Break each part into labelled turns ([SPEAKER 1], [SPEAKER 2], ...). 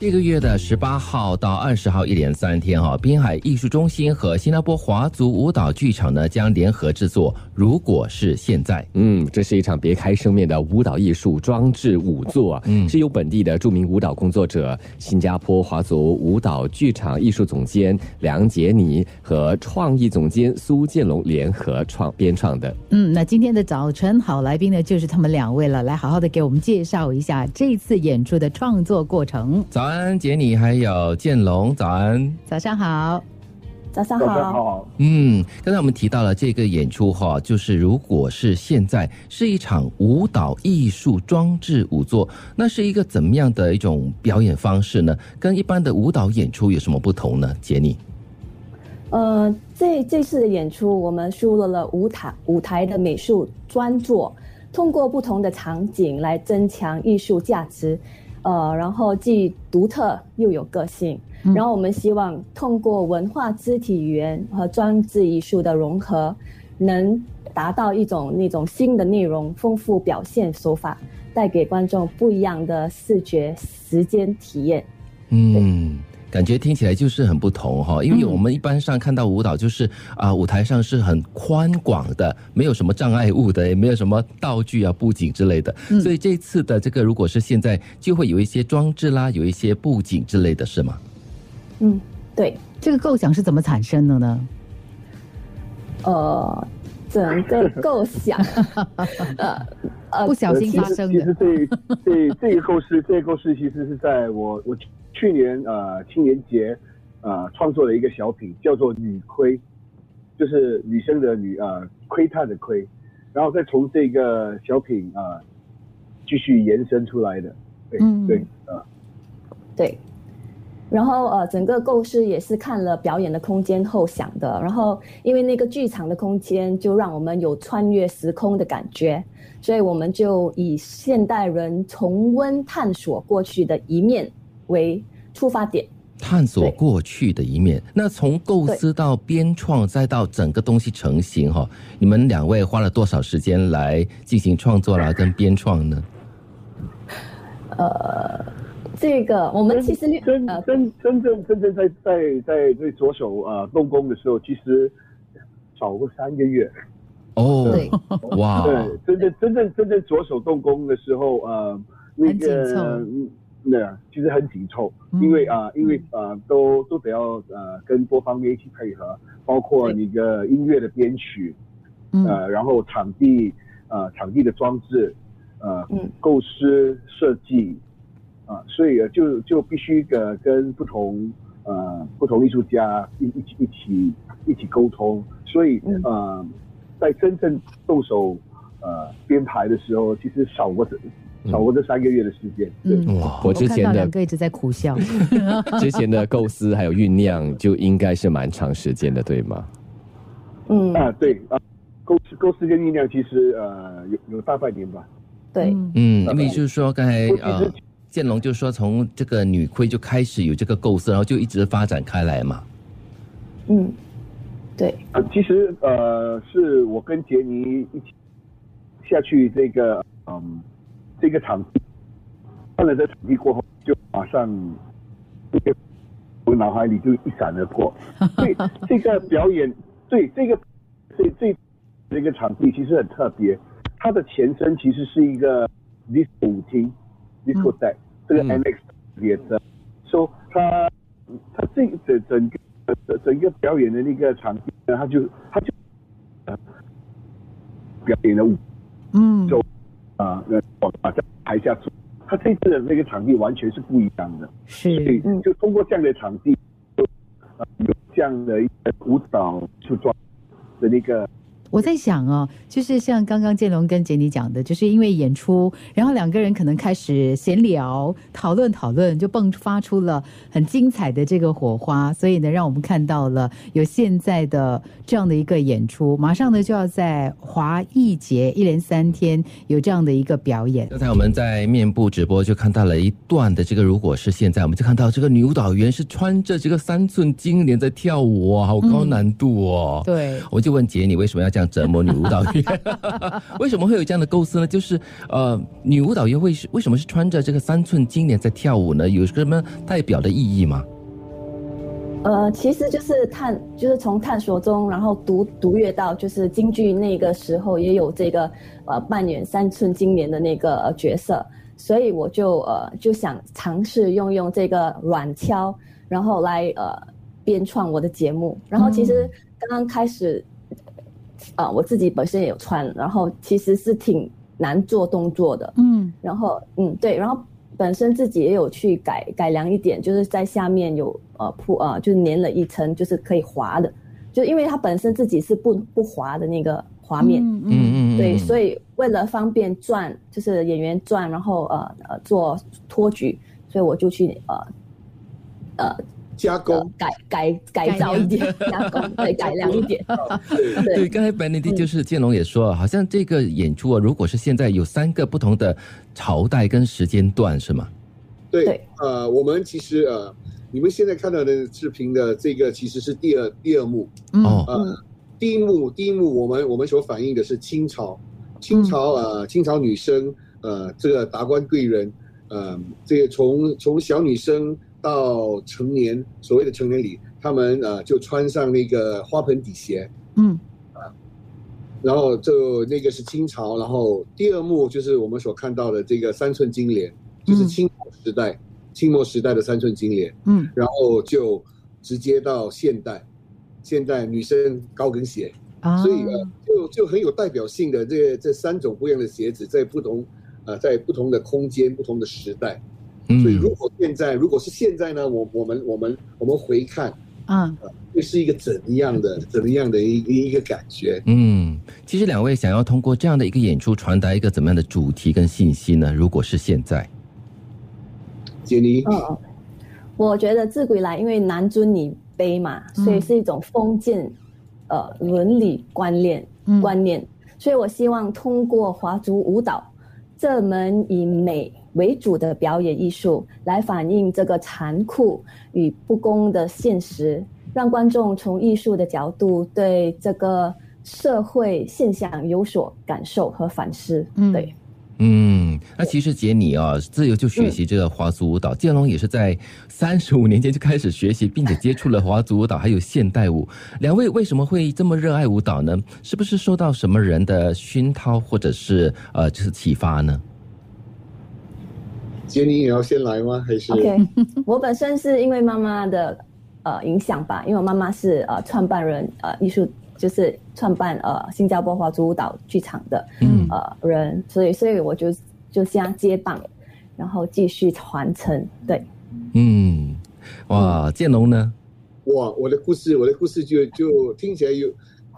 [SPEAKER 1] 这个月的十八号到二十号一连三天哈、滨海艺术中心和新加坡华族舞蹈剧场呢将联合制作《如果是现在》。
[SPEAKER 2] 嗯，这是一场别开生面的舞蹈艺术装置舞作，啊
[SPEAKER 1] 嗯
[SPEAKER 2] 是由本地的著名舞蹈工作者、新加坡华族舞蹈剧场艺术总监梁杰尼和创意总监苏建龙联合创编创的。
[SPEAKER 3] 嗯，那今天的早晨好来宾呢，就是他们两位了，来好好的给我们介绍一下这次演出的创作过程。
[SPEAKER 1] 早安，杰尼，还有建龙，早安。
[SPEAKER 3] 早上好，
[SPEAKER 4] 早上
[SPEAKER 5] 早上
[SPEAKER 4] 好，
[SPEAKER 5] 好，
[SPEAKER 1] 嗯，刚才我们提到了这个演出哈、就是如果是现在是一场舞蹈艺术装置舞作，那是一个怎么样的一种表演方式呢？跟一般的舞蹈演出有什么不同呢？杰尼，
[SPEAKER 4] 呃，这这次的演出我们输入了舞台舞台的美术专作，通过不同的场景来增强艺术价值，呃，然后既独特又有个性。
[SPEAKER 3] 嗯
[SPEAKER 4] 然后我们希望通过文化、肢体语言和装置艺术的融合，能达到一种那种新的内容、丰富表现手法，带给观众不一样的视觉时间体验。
[SPEAKER 1] 嗯，感觉听起来就是很不同哈、因为我们一般上看到舞蹈就是啊、舞台上是很宽广的，没有什么障碍物的，也没有什么道具啊、布景之类的。
[SPEAKER 3] 嗯
[SPEAKER 1] 所以这次的这个，如果是现在，就会有一些装置啦，有一些布景之类的，是吗？
[SPEAKER 4] 嗯，对。
[SPEAKER 3] 这个构想是怎么产生的呢？
[SPEAKER 4] 呃，整个构想，呃呃
[SPEAKER 3] 不，小
[SPEAKER 5] 呃
[SPEAKER 3] 心
[SPEAKER 5] 其
[SPEAKER 3] 发
[SPEAKER 5] 实
[SPEAKER 3] 生
[SPEAKER 5] 其实
[SPEAKER 3] 的。
[SPEAKER 5] 这这这个构思，这个构思其实是在我我去年呃青年节呃创作了一个小品，叫做《女窥》，就是女生的女呃窥探的窥，然后再从这个小品呃继续延伸出来的。对、
[SPEAKER 3] 嗯
[SPEAKER 5] 对呃
[SPEAKER 4] 对。然后呃，整个构思也是看了表演的空间后想的。然后因为那个剧场的空间，就让我们有穿越时空的感觉，所以我们就以现代人重温探索过去的一面为出发点。
[SPEAKER 1] 探索
[SPEAKER 4] 对
[SPEAKER 1] 过去的一面。那从构思到编创，再到整个东西成型哈、你们两位花了多少时间来进行创作啦，跟编创呢？
[SPEAKER 4] 呃这个我们其实略
[SPEAKER 5] 真
[SPEAKER 4] 呃
[SPEAKER 5] 真真正真正在在在在左手呃动工的时候，其实少过三个月。
[SPEAKER 1] 哦
[SPEAKER 4] 对，
[SPEAKER 1] 哇，
[SPEAKER 5] 对，真正真正真正着手动工的时候，呃，那
[SPEAKER 3] 很紧凑
[SPEAKER 5] 个嗯那、其实很紧凑，
[SPEAKER 3] 嗯
[SPEAKER 5] 因为啊、因为啊、都都得要呃跟多方面一起配合，包括
[SPEAKER 4] 对
[SPEAKER 5] 那个音乐的编曲，
[SPEAKER 3] 嗯
[SPEAKER 5] 呃，然后场地呃场地的装置，呃，
[SPEAKER 4] 嗯
[SPEAKER 5] 构思设计，啊、所以呃就就必须呃跟不同呃不同艺术家一一起一起一起沟通，所以
[SPEAKER 4] 嗯
[SPEAKER 5] 呃在真正动手呃编排的时候，其实少过这少过这三个月的时间，对。
[SPEAKER 3] 嗯，
[SPEAKER 1] 哇，
[SPEAKER 2] 我
[SPEAKER 3] 我
[SPEAKER 2] 之
[SPEAKER 3] 看到
[SPEAKER 2] 前
[SPEAKER 3] 两
[SPEAKER 2] 的
[SPEAKER 3] 个一直在苦笑。
[SPEAKER 2] 之前的构思还有酝酿，就应该是蛮长时间的，对吗？
[SPEAKER 4] 嗯
[SPEAKER 5] 啊，对啊，构思构思跟酝酿其实呃有有大半年吧，
[SPEAKER 4] 对。
[SPEAKER 3] 嗯
[SPEAKER 1] 嗯，
[SPEAKER 5] 拜
[SPEAKER 1] 因为就是说刚才
[SPEAKER 5] 我其实
[SPEAKER 1] 呃，建龙就说从这个女窥就开始有这个构思，然后就一直发展开来嘛。
[SPEAKER 4] 嗯，对，
[SPEAKER 5] 呃，其实呃，是我跟杰尼一起下去这个嗯这个场地，看了这场地过后，就马上我脑海里就一闪而过。对这个表演，对这个这这这个场地其实很特别，它的前身其实是一个 disco 舞厅，disco d e c 这个
[SPEAKER 2] 嗯
[SPEAKER 5] annex 也的，说、so, 它它这个整整个整整个表演的那个场地呢，它就它就、呃表演了舞
[SPEAKER 3] 嗯
[SPEAKER 5] 就啊，那我把在台下做，它这次的那个场地完全是不一样的。所以
[SPEAKER 3] 是
[SPEAKER 4] 嗯
[SPEAKER 5] 就通过这样的场地，就呃有这样的一个舞蹈出装的那个
[SPEAKER 3] 我在想哦，就是像刚刚建龙跟杰尼讲的，就是因为演出，然后两个人可能开始闲聊、讨论讨论，就迸发出了很精彩的这个火花，所以呢，让我们看到了有现在的这样的一个演出，马上呢就要在华艺节一连三天有这样的一个表演。
[SPEAKER 1] 刚才我们在面部直播就看到了一段的这个，如果是现在，我们就看到这个女舞蹈员是穿着这个三寸金莲在跳舞哦，好高难度哦。
[SPEAKER 3] 对，
[SPEAKER 1] 我就问姐，你为什么要这样样折磨女舞蹈员。 为什么会有这样的构思呢？就是呃，女舞蹈员会是为什么是穿着这个三寸金莲在跳舞呢？有什么代表的意义吗？
[SPEAKER 4] 呃，其实就是探，就是从探索中，然后读读阅到，就是京剧那个时候也有这个呃扮演三寸金莲的那个、呃角色，所以我就呃就想尝试用用这个软敲，然后来呃编创我的节目。然后其实刚刚开始，呃我自己本身也有穿，然后其实是挺难做动作的，
[SPEAKER 3] 嗯
[SPEAKER 4] 然后嗯对，然后本身自己也有去改改良一点，就是在下面有呃铺呃就是粘了一层，就是可以滑的，就因为它本身自己是不不滑的那个滑面，
[SPEAKER 3] 嗯
[SPEAKER 1] 嗯
[SPEAKER 3] 嗯
[SPEAKER 1] 嗯嗯，
[SPEAKER 4] 对，
[SPEAKER 1] 以
[SPEAKER 4] 所以为了方便转，就是演员转，然后呃呃做托举，所以我就去呃呃
[SPEAKER 6] 加
[SPEAKER 4] 呃
[SPEAKER 6] 工，
[SPEAKER 4] 改改改造一点，加工对改良一点，
[SPEAKER 1] 对，
[SPEAKER 4] 对
[SPEAKER 1] 刚才 Benedict
[SPEAKER 4] 嗯
[SPEAKER 1] 就是建龙也说啊了，好像这个演出啊，如果是现在有三个不同的朝代跟时间段，是吗？
[SPEAKER 6] 对，
[SPEAKER 4] 对
[SPEAKER 6] 呃，我们其实呃，你们现在看到的视频的这个其实是第二第二幕，
[SPEAKER 3] 嗯
[SPEAKER 4] 啊
[SPEAKER 1] 哦，
[SPEAKER 6] 呃，第一幕第一幕我们我们所反映的是清朝，清朝呃清朝女生呃这个达官贵人，呃这个从从小女生到成年，所谓的成年礼，她们呃就穿上那个花盆底鞋，
[SPEAKER 3] 嗯
[SPEAKER 6] 然后就那个是清朝，然后第二幕就是我们所看到的这个三寸金莲，就是清朝时代、清末时代的三寸金莲，
[SPEAKER 3] 嗯
[SPEAKER 6] 然后就直接到现代，现代女生高跟鞋，
[SPEAKER 3] 啊，
[SPEAKER 6] 所以呃就就很有代表性的这这三种不一样的鞋子，在不同呃在不同的空间、不同的时代，所以
[SPEAKER 1] 嗯
[SPEAKER 6] 如果现在如果是现在呢，我我们我们我们回看
[SPEAKER 3] 嗯
[SPEAKER 6] 会是一个怎样的怎样的一个一个感觉？
[SPEAKER 1] 嗯，其实两位想要通过这样的一个演出传达一个怎么样的主题跟信息呢？如果是现在，
[SPEAKER 6] 杰尼，
[SPEAKER 4] 嗯，嗯，我觉得自古以来，因为男尊女卑嘛，
[SPEAKER 3] 嗯
[SPEAKER 4] 所以是一种封建，呃，伦理观念
[SPEAKER 3] 嗯
[SPEAKER 4] 观念。所以我希望通过华族舞蹈这门以美为主的表演艺术，来反映这个残酷与不公的现实，让观众从艺术的角度对这个社会现象有所感受和反思。
[SPEAKER 3] 嗯
[SPEAKER 4] 对，
[SPEAKER 1] 嗯，那其实杰你啊，自由就
[SPEAKER 4] 嗯
[SPEAKER 1] 学习这个华族舞蹈，建龙也是在三十五年前就开始学习，并且接触了华族舞蹈还有现代舞。两位为什么会这么热爱舞蹈呢？是不是受到什么人的熏陶或者是呃就是启发呢？
[SPEAKER 6] 杰尼，你要先来吗？还是
[SPEAKER 4] OK，我本身是因为妈妈的呃影响吧，因为我妈妈是呃创办人呃艺术就是创办呃新加坡华族舞蹈剧场的
[SPEAKER 1] 嗯
[SPEAKER 4] 呃人，所以所以我就就这样接棒，然后继续传承。对，
[SPEAKER 1] 嗯，哇，建龙呢？
[SPEAKER 6] 我我的故事，我的故事就就听起来有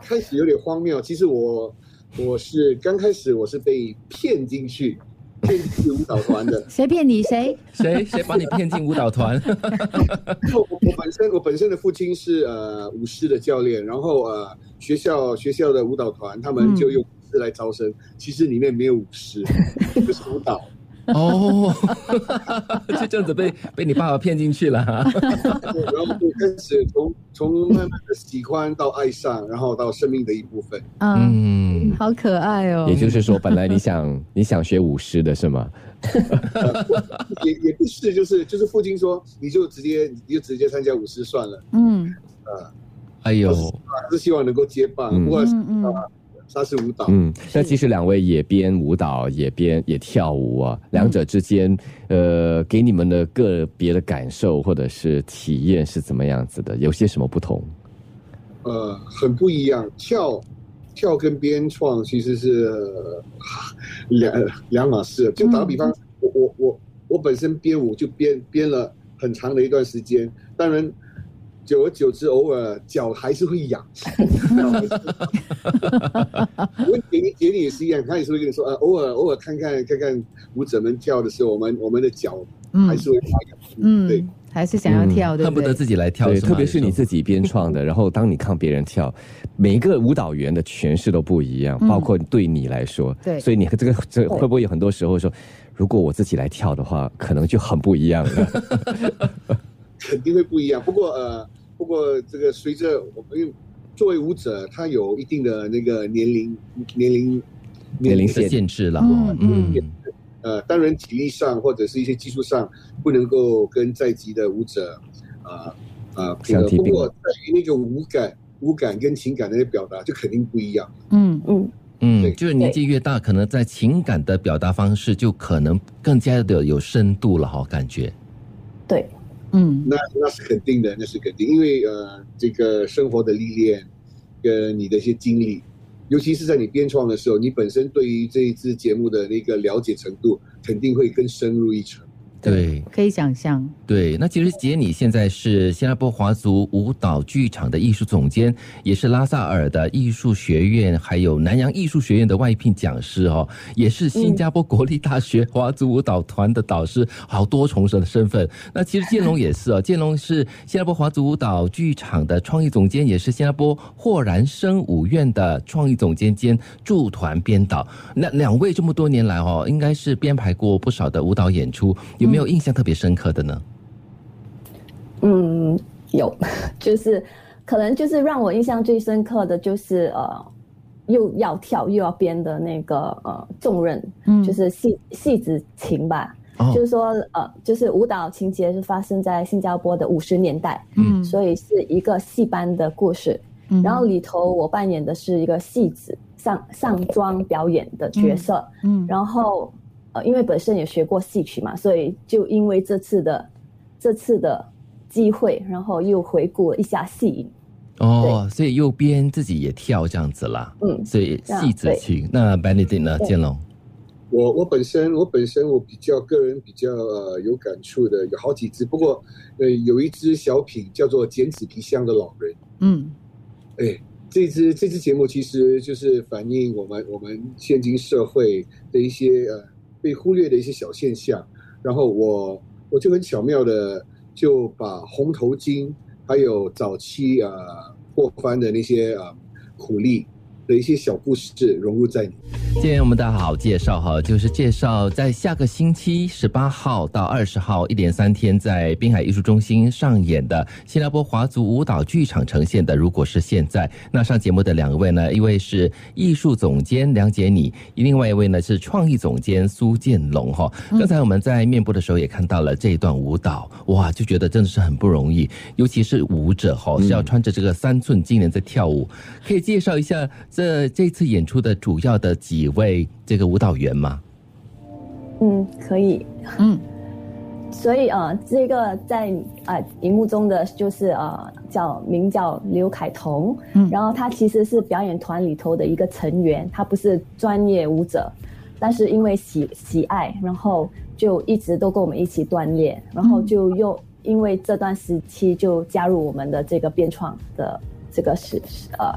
[SPEAKER 6] 开始有点荒谬。其实我我是刚开始我是被骗进去，骗进去舞蹈团的。
[SPEAKER 3] 谁骗你谁？
[SPEAKER 1] 谁谁把你骗进舞蹈团？
[SPEAKER 6] 然后 我我本身我本身的父亲是呃舞狮的教练，然后呃学校学校的舞蹈团他们就用舞狮来招生，其实里面没有舞狮，就是舞蹈。
[SPEAKER 1] 哦，就 这样子被被你爸爸骗进去了啊、
[SPEAKER 6] 对然后就开始从从慢慢的喜欢到爱上，然后到生命的一部分。
[SPEAKER 3] 嗯，
[SPEAKER 1] 嗯，
[SPEAKER 3] 好可爱哦。
[SPEAKER 2] 也就是说，本来你想你想学舞狮的是吗？
[SPEAKER 6] 也也不是，就是就是父亲说，你就直接你就直接参加舞狮算了，
[SPEAKER 3] 嗯
[SPEAKER 1] 哎呦，
[SPEAKER 6] 还是希望能够接棒。
[SPEAKER 2] 嗯
[SPEAKER 6] 不过
[SPEAKER 3] 嗯嗯
[SPEAKER 6] 莎士舞蹈，
[SPEAKER 2] 嗯，那其实两位也编舞蹈，也编也跳舞啊，
[SPEAKER 1] 嗯
[SPEAKER 2] 两者之间，呃，给你们的个别的感受或者是体验是怎么样子的？有些什么不同？
[SPEAKER 6] 呃，很不一样。跳跳跟编创其实是呃两两码事。就打个比方，我我我我本身编舞就编编了很长的一段时间，当然。久而久之，偶尔脚还是会痒。脚还是会痒我跟杰尼杰尼也是一样，他也是会跟你说，呃，偶尔偶尔看看看看舞者们跳的时候，我们我们的脚
[SPEAKER 3] 嗯
[SPEAKER 6] 还是会发痒。对
[SPEAKER 3] 嗯，还是想要跳，对
[SPEAKER 1] 恨不得
[SPEAKER 3] 对？
[SPEAKER 1] 自己来跳，
[SPEAKER 2] 对，
[SPEAKER 1] 吗
[SPEAKER 2] 特别是你自己编创 的，然后当你看别人跳，每一个舞蹈员的诠释都不一样，
[SPEAKER 3] 嗯
[SPEAKER 2] 包括对你来说，
[SPEAKER 3] 对
[SPEAKER 2] 所以你这个这会不会有很多时候说，如果我自己来跳的话，可能就很不一样 了。
[SPEAKER 6] 肯定会不一样。不过呃，不过这个随着我们因为作为舞者，他有一定的那个年龄年龄
[SPEAKER 2] 年龄
[SPEAKER 1] 的
[SPEAKER 2] 限
[SPEAKER 1] 限制了
[SPEAKER 3] 嗯
[SPEAKER 1] 哦，嗯
[SPEAKER 3] 嗯
[SPEAKER 6] 呃，当然体力上或者是一些技术上不能够跟在籍的舞者啊啊拼
[SPEAKER 2] 相
[SPEAKER 6] 了。
[SPEAKER 2] 提
[SPEAKER 6] 不
[SPEAKER 2] 并
[SPEAKER 6] 过
[SPEAKER 2] 论
[SPEAKER 6] 在于那个舞感、舞感跟情感的表达，就肯定不一样。
[SPEAKER 3] 嗯
[SPEAKER 4] 嗯，
[SPEAKER 1] 嗯，
[SPEAKER 6] 对
[SPEAKER 1] 就是年纪越大，可能在情感的表达方式就可能更加的有深度了哈、感觉。
[SPEAKER 4] 对，
[SPEAKER 3] 嗯
[SPEAKER 6] 那那是肯定的，那是肯定，因为呃，这个生活的历练跟你的一些经历，尤其是在你编创的时候，你本身对于这一支节目的那个了解程度，肯定会更深入一层。
[SPEAKER 1] 对
[SPEAKER 3] 可以想象，
[SPEAKER 1] 对，那其实杰你现在是新加坡华族舞蹈剧场的艺术总监，也是拉萨尔的艺术学院还有南洋艺术学院的外聘讲师哦，也是新加坡国立大学华族舞蹈团的导师，好多重身的身份。那其实建龙也是哦，建龙是新加坡华族舞蹈剧场的创意总监，也是新加坡豁然生舞院的创意总监兼驻团编导。那两位这么多年来哦，应该是编排过不少的舞蹈演出，有没有印象特别深刻的呢？
[SPEAKER 4] 嗯，有， 就是可能就是让我印象最深刻的就是呃，又要跳又要编的那个呃重任，
[SPEAKER 3] 嗯
[SPEAKER 4] 就是戏戏子情吧，
[SPEAKER 1] 哦
[SPEAKER 4] 就是说呃，就是舞蹈情节是发生在新加坡的五十年代，
[SPEAKER 3] 嗯
[SPEAKER 4] 所以是一个戏班的故事。
[SPEAKER 3] 嗯
[SPEAKER 4] 然后里头我扮演的是一个戏子上上妆表演的角色，
[SPEAKER 3] 嗯
[SPEAKER 4] 然后呃，因为本身也学过戏曲嘛，所以就因为这次的这次的机会，然后又回顾了一下戏影。
[SPEAKER 1] 哦，所以右边自己也跳这样子啦，
[SPEAKER 4] 嗯
[SPEAKER 1] 所以
[SPEAKER 4] 这样
[SPEAKER 1] 戏子群。那 Benedict 呢？
[SPEAKER 4] 对
[SPEAKER 1] 建龙，
[SPEAKER 6] 我我本身我本身我比较个人比较呃有感触的有好几支，不过呃有一支小品叫做《剪纸皮箱的老人》，
[SPEAKER 3] 嗯
[SPEAKER 6] 哎，这支这支节目其实就是反映我们我们现今社会的一些呃被忽略的一些小现象。然后我我就很巧妙的就把红头巾，还有早期呃过番的那些呃苦力的一些小故事融入在里面。
[SPEAKER 1] 今天我们的好介绍哈，就是介绍在下个星期十八号到二十号一连三天在滨海艺术中心上演的新加坡华族舞蹈剧场呈现的。如果是现在，那上节目的两位呢，一位是艺术总监梁杰你，另外一位呢是创意总监苏建龙哈。刚才我们在面部的时候也看到了这一段舞蹈，哇，就觉得真的是很不容易，尤其是舞者哈是要穿着这个三寸金莲在跳舞，可以介绍一下这这次演出的主要的几位这个舞蹈员吗？
[SPEAKER 4] 嗯，可以。
[SPEAKER 3] 嗯
[SPEAKER 4] 所以呃，这个在啊、呃、荧幕中的就是呃叫名叫刘凯彤，
[SPEAKER 3] 嗯
[SPEAKER 4] 然后他其实是表演团里头的一个成员，他不是专业舞者，但是因为喜喜爱，然后就一直都跟我们一起锻炼，然后就又因为这段时期就加入我们的这个编创的这个是是呃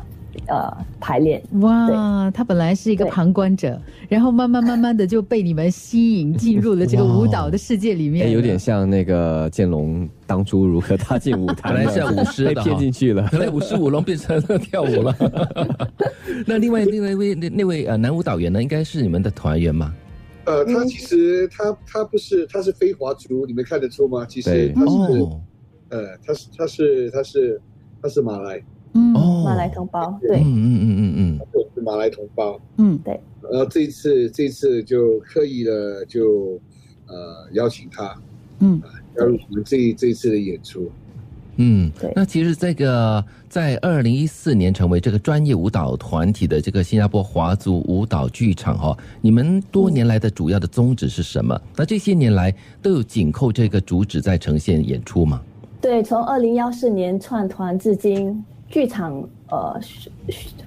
[SPEAKER 4] 呃排练，
[SPEAKER 3] 哇，他本来是一个
[SPEAKER 4] 对
[SPEAKER 3] 旁观者，然后慢慢慢慢的就被你们吸引进入了这个舞蹈的世界里面
[SPEAKER 2] 哎，
[SPEAKER 3] 了，
[SPEAKER 2] 有点像那个建龙当初如何踏进舞 台，
[SPEAKER 1] 本来是要舞狮的
[SPEAKER 2] 被
[SPEAKER 1] 哈
[SPEAKER 2] 骗进去了。
[SPEAKER 1] 可能舞狮舞龙变成跳舞了。那另外另外一位那那位呃男舞蹈员呢，应该是你们的团员吗？
[SPEAKER 6] 呃，他其实他他不是他是非华族，你们看得出吗？其
[SPEAKER 2] 对
[SPEAKER 6] 实他是、
[SPEAKER 1] 哦
[SPEAKER 6] 呃他是他是他是他是马来，
[SPEAKER 3] 嗯
[SPEAKER 1] 哦，
[SPEAKER 4] 马来同胞，对
[SPEAKER 1] 嗯，嗯嗯嗯嗯，
[SPEAKER 6] 是马来同胞。
[SPEAKER 3] 嗯
[SPEAKER 6] 然后呃这一次这一次就刻意的就呃邀请他
[SPEAKER 3] 嗯
[SPEAKER 6] 加入我们这一这一次的演出。
[SPEAKER 1] 嗯
[SPEAKER 4] 对，
[SPEAKER 1] 那其实这个在二零一四年成为这个专业舞蹈团体的这个新加坡华族舞蹈剧场哈、哦，你们多年来的主要的宗旨是什么？那这些年来都有紧扣这个主旨在呈现演出吗？
[SPEAKER 4] 对，从二零幺四年创团至今，剧场呃是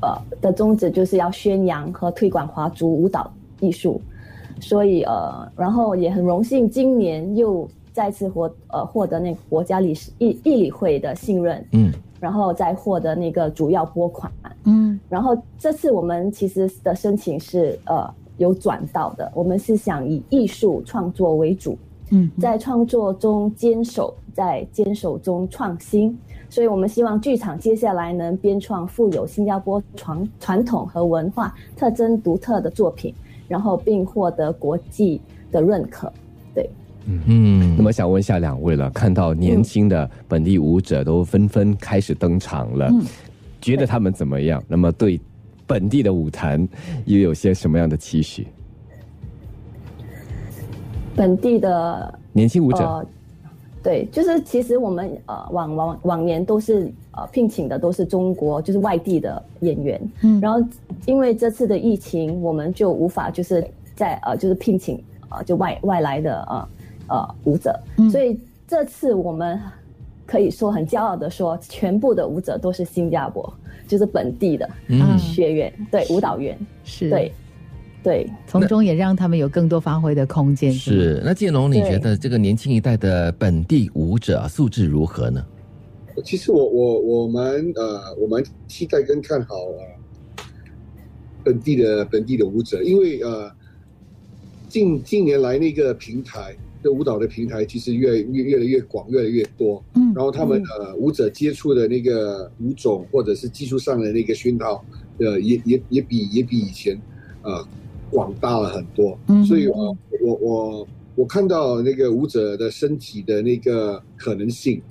[SPEAKER 4] 呃的宗旨就是要宣扬和推广华族舞蹈艺术，所以呃，然后也很荣幸今年又再次获呃获得那个国家理事艺艺理会的信任，
[SPEAKER 1] 嗯，
[SPEAKER 4] 然后再获得那个主要拨款。
[SPEAKER 3] 嗯
[SPEAKER 4] 然后这次我们其实的申请是呃有转到的，我们是想以艺术创作为主，
[SPEAKER 3] 嗯，
[SPEAKER 4] 在创作中坚守，在坚守中创新。所以，我们希望剧场接下来能编创富有新加坡传传统和文化特征独特的作品，然后并获得国际的认可。
[SPEAKER 1] 嗯，
[SPEAKER 2] 那么想问一下两位了，看到年轻的本地舞者都纷纷开始登场了，
[SPEAKER 3] 嗯
[SPEAKER 2] 觉得他们怎么样？那么对本地的舞坛又有些什么样的期许？
[SPEAKER 4] 本地的
[SPEAKER 2] 年轻舞者，
[SPEAKER 4] 呃，对，就是其实我们呃往往往年都是呃聘请的都是中国就是外地的演员，
[SPEAKER 3] 嗯
[SPEAKER 4] 然后因为这次的疫情，我们就无法就是在呃就是聘请呃就外外来的呃呃舞者，
[SPEAKER 3] 嗯
[SPEAKER 4] 所以这次我们可以说很骄傲的说，全部的舞者都是新加坡，就是本地的
[SPEAKER 1] 嗯，
[SPEAKER 4] 学员，对舞蹈员，
[SPEAKER 3] 是
[SPEAKER 4] 对，对。
[SPEAKER 3] 从中也让他们有更多发挥的空间。吗，
[SPEAKER 1] 是。那建龙，你
[SPEAKER 4] 对
[SPEAKER 1] 觉得这个年轻一代的本地舞者啊素质如何呢？
[SPEAKER 6] 其实我我我们呃，我蛮期待跟看好呃本地的本地的舞者，因为呃近近年来那个平台，这舞蹈的平台其实越越越来越广，越来越多。
[SPEAKER 3] 嗯
[SPEAKER 6] 然后他们呃舞者接触的那个舞种或者是技术上的那个熏陶，呃也也也比也比以前呃广大了很多。
[SPEAKER 3] 嗯
[SPEAKER 6] 所以我我我我看到那个舞者的身体的那个可能性，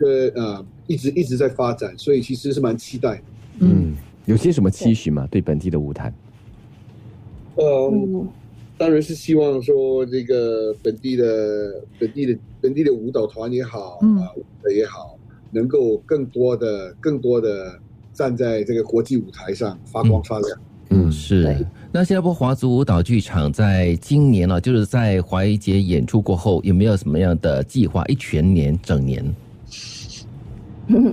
[SPEAKER 6] 呃呃一直一直在发展，所以其实是蛮期待的。
[SPEAKER 3] 嗯，
[SPEAKER 2] 嗯，有些什么期许吗？对本地的舞坛？
[SPEAKER 6] 呃
[SPEAKER 4] 嗯
[SPEAKER 6] 当然是希望说这个本地的本地的本地的舞蹈团也好，
[SPEAKER 3] 嗯
[SPEAKER 6] 啊、舞者也好，能够更多的更多的站在这个国际舞台上发光发亮。
[SPEAKER 2] 嗯
[SPEAKER 1] 是
[SPEAKER 4] 对。
[SPEAKER 1] 那新加坡华族舞蹈剧场在今年呢、就是在华语节演出过后，有没有什么样的计划？一全年整年？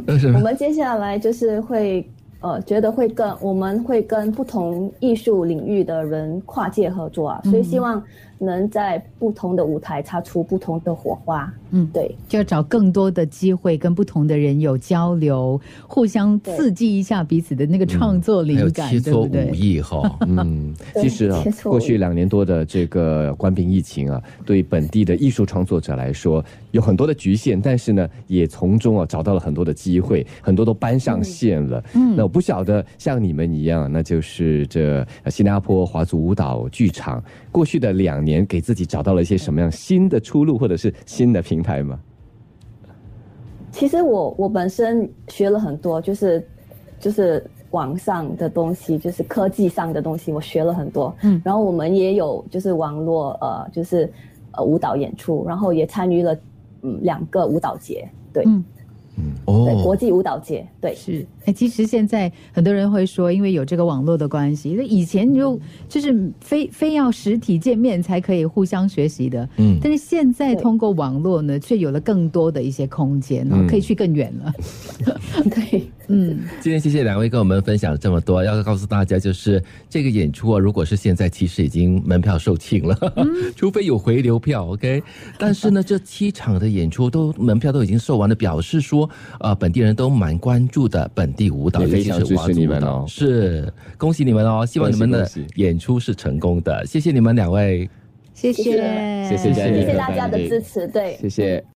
[SPEAKER 1] 呃是
[SPEAKER 4] 我
[SPEAKER 1] 吗？
[SPEAKER 4] 们接下来就是会呃，觉得会跟我们会跟不同艺术领域的人跨界合作啊，所以
[SPEAKER 3] 嗯
[SPEAKER 4] 希望能在不同的舞台擦出不同的火花。
[SPEAKER 3] 嗯
[SPEAKER 4] 对，
[SPEAKER 3] 就要找更多的机会跟不同的人有交流，互相刺激一下彼此的那个创作
[SPEAKER 1] 嗯还有
[SPEAKER 3] 灵感，
[SPEAKER 1] 切
[SPEAKER 3] 对不
[SPEAKER 1] 磋武
[SPEAKER 3] 对？
[SPEAKER 1] 艺哈、
[SPEAKER 2] 嗯，
[SPEAKER 4] 对
[SPEAKER 2] 其实啊
[SPEAKER 4] 切，磋
[SPEAKER 2] 过去两年多的这个官兵疫情啊，对本地的艺术创作者来说有很多的局限，但是呢，也从中啊找到了很多的机会，很多都搬上线了。
[SPEAKER 3] 嗯
[SPEAKER 2] 那我不晓得像你们一样，那就是这呃新加坡华族舞蹈剧场过去的两年给自己找到了一些什么样新的出路，或者是新的平台吗？
[SPEAKER 4] 其实我我本身学了很多，就是就是网上的东西，就是科技上的东西，我学了很多。
[SPEAKER 3] 嗯
[SPEAKER 4] 然后我们也有就是网络呃，就是呃舞蹈演出，然后也参与了嗯两个舞蹈节，对、
[SPEAKER 3] 嗯
[SPEAKER 4] 对，国
[SPEAKER 1] 哦，
[SPEAKER 4] 际舞蹈节，对。
[SPEAKER 3] 是，哎，其实现在很多人会说，因为有这个网络的关系，那以前就就是非非要实体见面才可以互相学习的，
[SPEAKER 1] 嗯，
[SPEAKER 3] 但是现在
[SPEAKER 4] 对
[SPEAKER 3] 通过网络呢，却有了更多的一些空间哦
[SPEAKER 2] 嗯，
[SPEAKER 3] 可以去更远了。
[SPEAKER 4] 对，
[SPEAKER 3] 嗯，
[SPEAKER 1] 今天谢谢两位跟我们分享了这么多，要告诉大家就是这个演出啊，如果是现在，其实已经门票售罄了，
[SPEAKER 2] 嗯
[SPEAKER 1] 除非有回流票，OK。但是呢，这七场的演出都门票都已经售完了，表示说呃本地人都蛮关注的本地舞蹈，
[SPEAKER 2] 也
[SPEAKER 1] 尤
[SPEAKER 2] 非
[SPEAKER 1] 其
[SPEAKER 2] 常
[SPEAKER 1] 是
[SPEAKER 2] 支
[SPEAKER 1] 华
[SPEAKER 2] 持
[SPEAKER 1] 族
[SPEAKER 2] 你
[SPEAKER 1] 舞
[SPEAKER 2] 们
[SPEAKER 1] 蹈，
[SPEAKER 2] 哦
[SPEAKER 1] 是恭喜你们哦，希望你们的
[SPEAKER 2] 恭喜恭喜
[SPEAKER 1] 演出是成功的，谢谢你们两位。
[SPEAKER 3] 谢谢
[SPEAKER 4] 谢
[SPEAKER 2] 谢谢
[SPEAKER 4] 谢谢谢大
[SPEAKER 2] 谢谢
[SPEAKER 4] 家的支持，对，
[SPEAKER 2] 谢谢。